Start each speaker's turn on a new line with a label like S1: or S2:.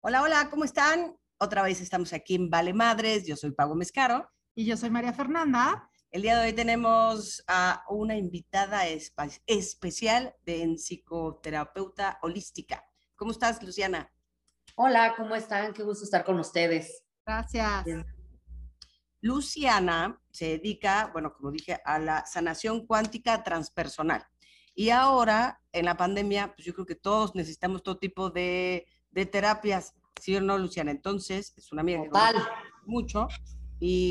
S1: Hola, hola, ¿cómo están? Otra vez estamos aquí en Vale Madres. Yo soy Pau Mezcaro.
S2: Y yo soy María Fernanda.
S1: El día de hoy tenemos a una invitada espa- especial de en psicoterapeuta holística. ¿Cómo estás, Luciana?
S3: Hola, ¿cómo están? Qué gusto estar con ustedes.
S2: Gracias.
S3: Bien.
S1: Luciana se dedica, bueno, como dije, a la sanación cuántica transpersonal. Y ahora, en la pandemia, pues yo creo que todos necesitamos todo tipo de, de terapias, ¿sí o no, Luciana? Entonces, es una amiga que
S3: Total.
S1: conozco mucho y